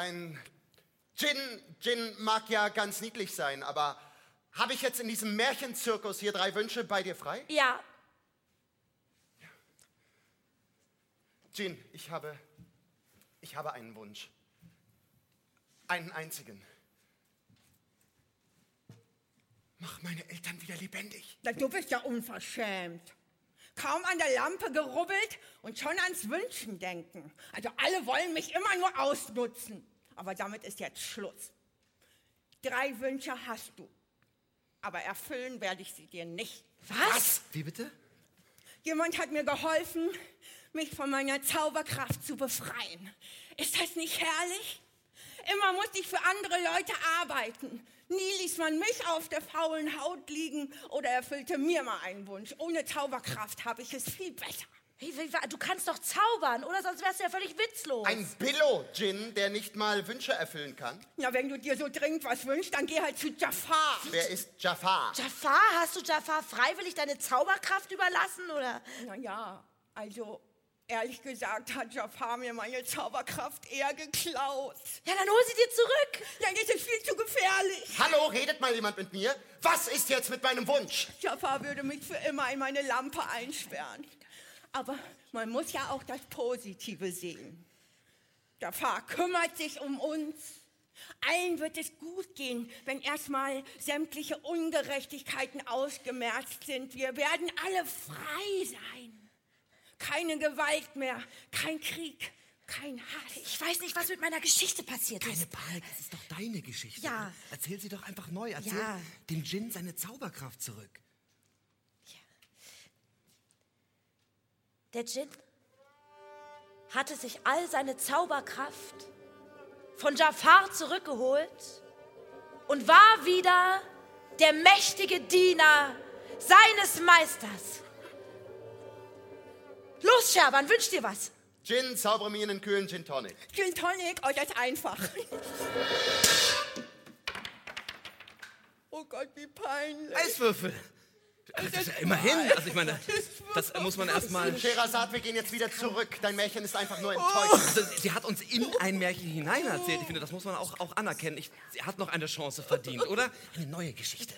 ein Gin. Gin mag ja ganz niedlich sein, aber habe ich jetzt in diesem Märchenzirkus hier drei Wünsche bei dir frei? Ja, Jean, ich habe, ich habe einen Wunsch. Einen einzigen. Mach meine Eltern wieder lebendig. Na, du bist ja unverschämt. Kaum an der Lampe gerubbelt und schon ans Wünschen denken. Also alle wollen mich immer nur ausnutzen. Aber damit ist jetzt Schluss. Drei Wünsche hast du. Aber erfüllen werde ich sie dir nicht. was? Wie bitte? Jemand hat mir geholfen, mich von meiner Zauberkraft zu befreien. Ist das nicht herrlich? Immer musste ich für andere Leute arbeiten. Nie ließ man mich auf der faulen Haut liegen oder erfüllte mir mal einen Wunsch. Ohne Zauberkraft habe ich es viel besser. Wie, wie, wa- du kannst doch zaubern, oder? Sonst wärst du ja völlig witzlos. Ein Billo-Gin, der nicht mal Wünsche erfüllen kann. Na, wenn du dir so dringend was wünschst, dann geh halt zu Jafar. Wer ist Jafar? Jafar, hast du Jafar freiwillig deine Zauberkraft überlassen, oder? Na ja, also ehrlich gesagt hat Jafar mir meine Zauberkraft eher geklaut. Ja, dann hol sie dir zurück. Nein, das ist viel zu gefährlich. Hallo, redet mal jemand mit mir? Was ist jetzt mit meinem Wunsch? Jafar würde mich für immer in meine Lampe einsperren. Aber man muss ja auch das Positive sehen. Jafar kümmert sich um uns. Allen wird es gut gehen, wenn erstmal sämtliche Ungerechtigkeiten ausgemerzt sind. Wir werden alle frei sein. Keine Gewalt mehr, kein Krieg, kein Hass. Ich weiß nicht, was mit meiner Geschichte passiert ist. Deine Palk, das ist doch deine Geschichte. Ja. oder? Erzähl sie doch einfach neu. Erzähl Ja. dem Djinn seine Zauberkraft zurück. Der Djinn hatte sich all seine Zauberkraft von Jafar zurückgeholt und war wieder der mächtige Diener seines Meisters. Los, Scherban, wünsch dir was. Gin, zaubere mir einen kühlen Gin Tonic. Gin Tonic, euch ist einfach. Oh Gott, wie peinlich. Eiswürfel. Also, das ist ja immerhin. Also ich meine, das muss man erstmal. Sherazad, wir gehen jetzt wieder zurück. Dein Märchen ist einfach nur enttäuscht. Also, sie hat uns in ein Märchen hinein erzählt. Ich finde, das muss man auch, auch anerkennen. Ich, sie hat noch eine Chance verdient, oder? Eine neue Geschichte.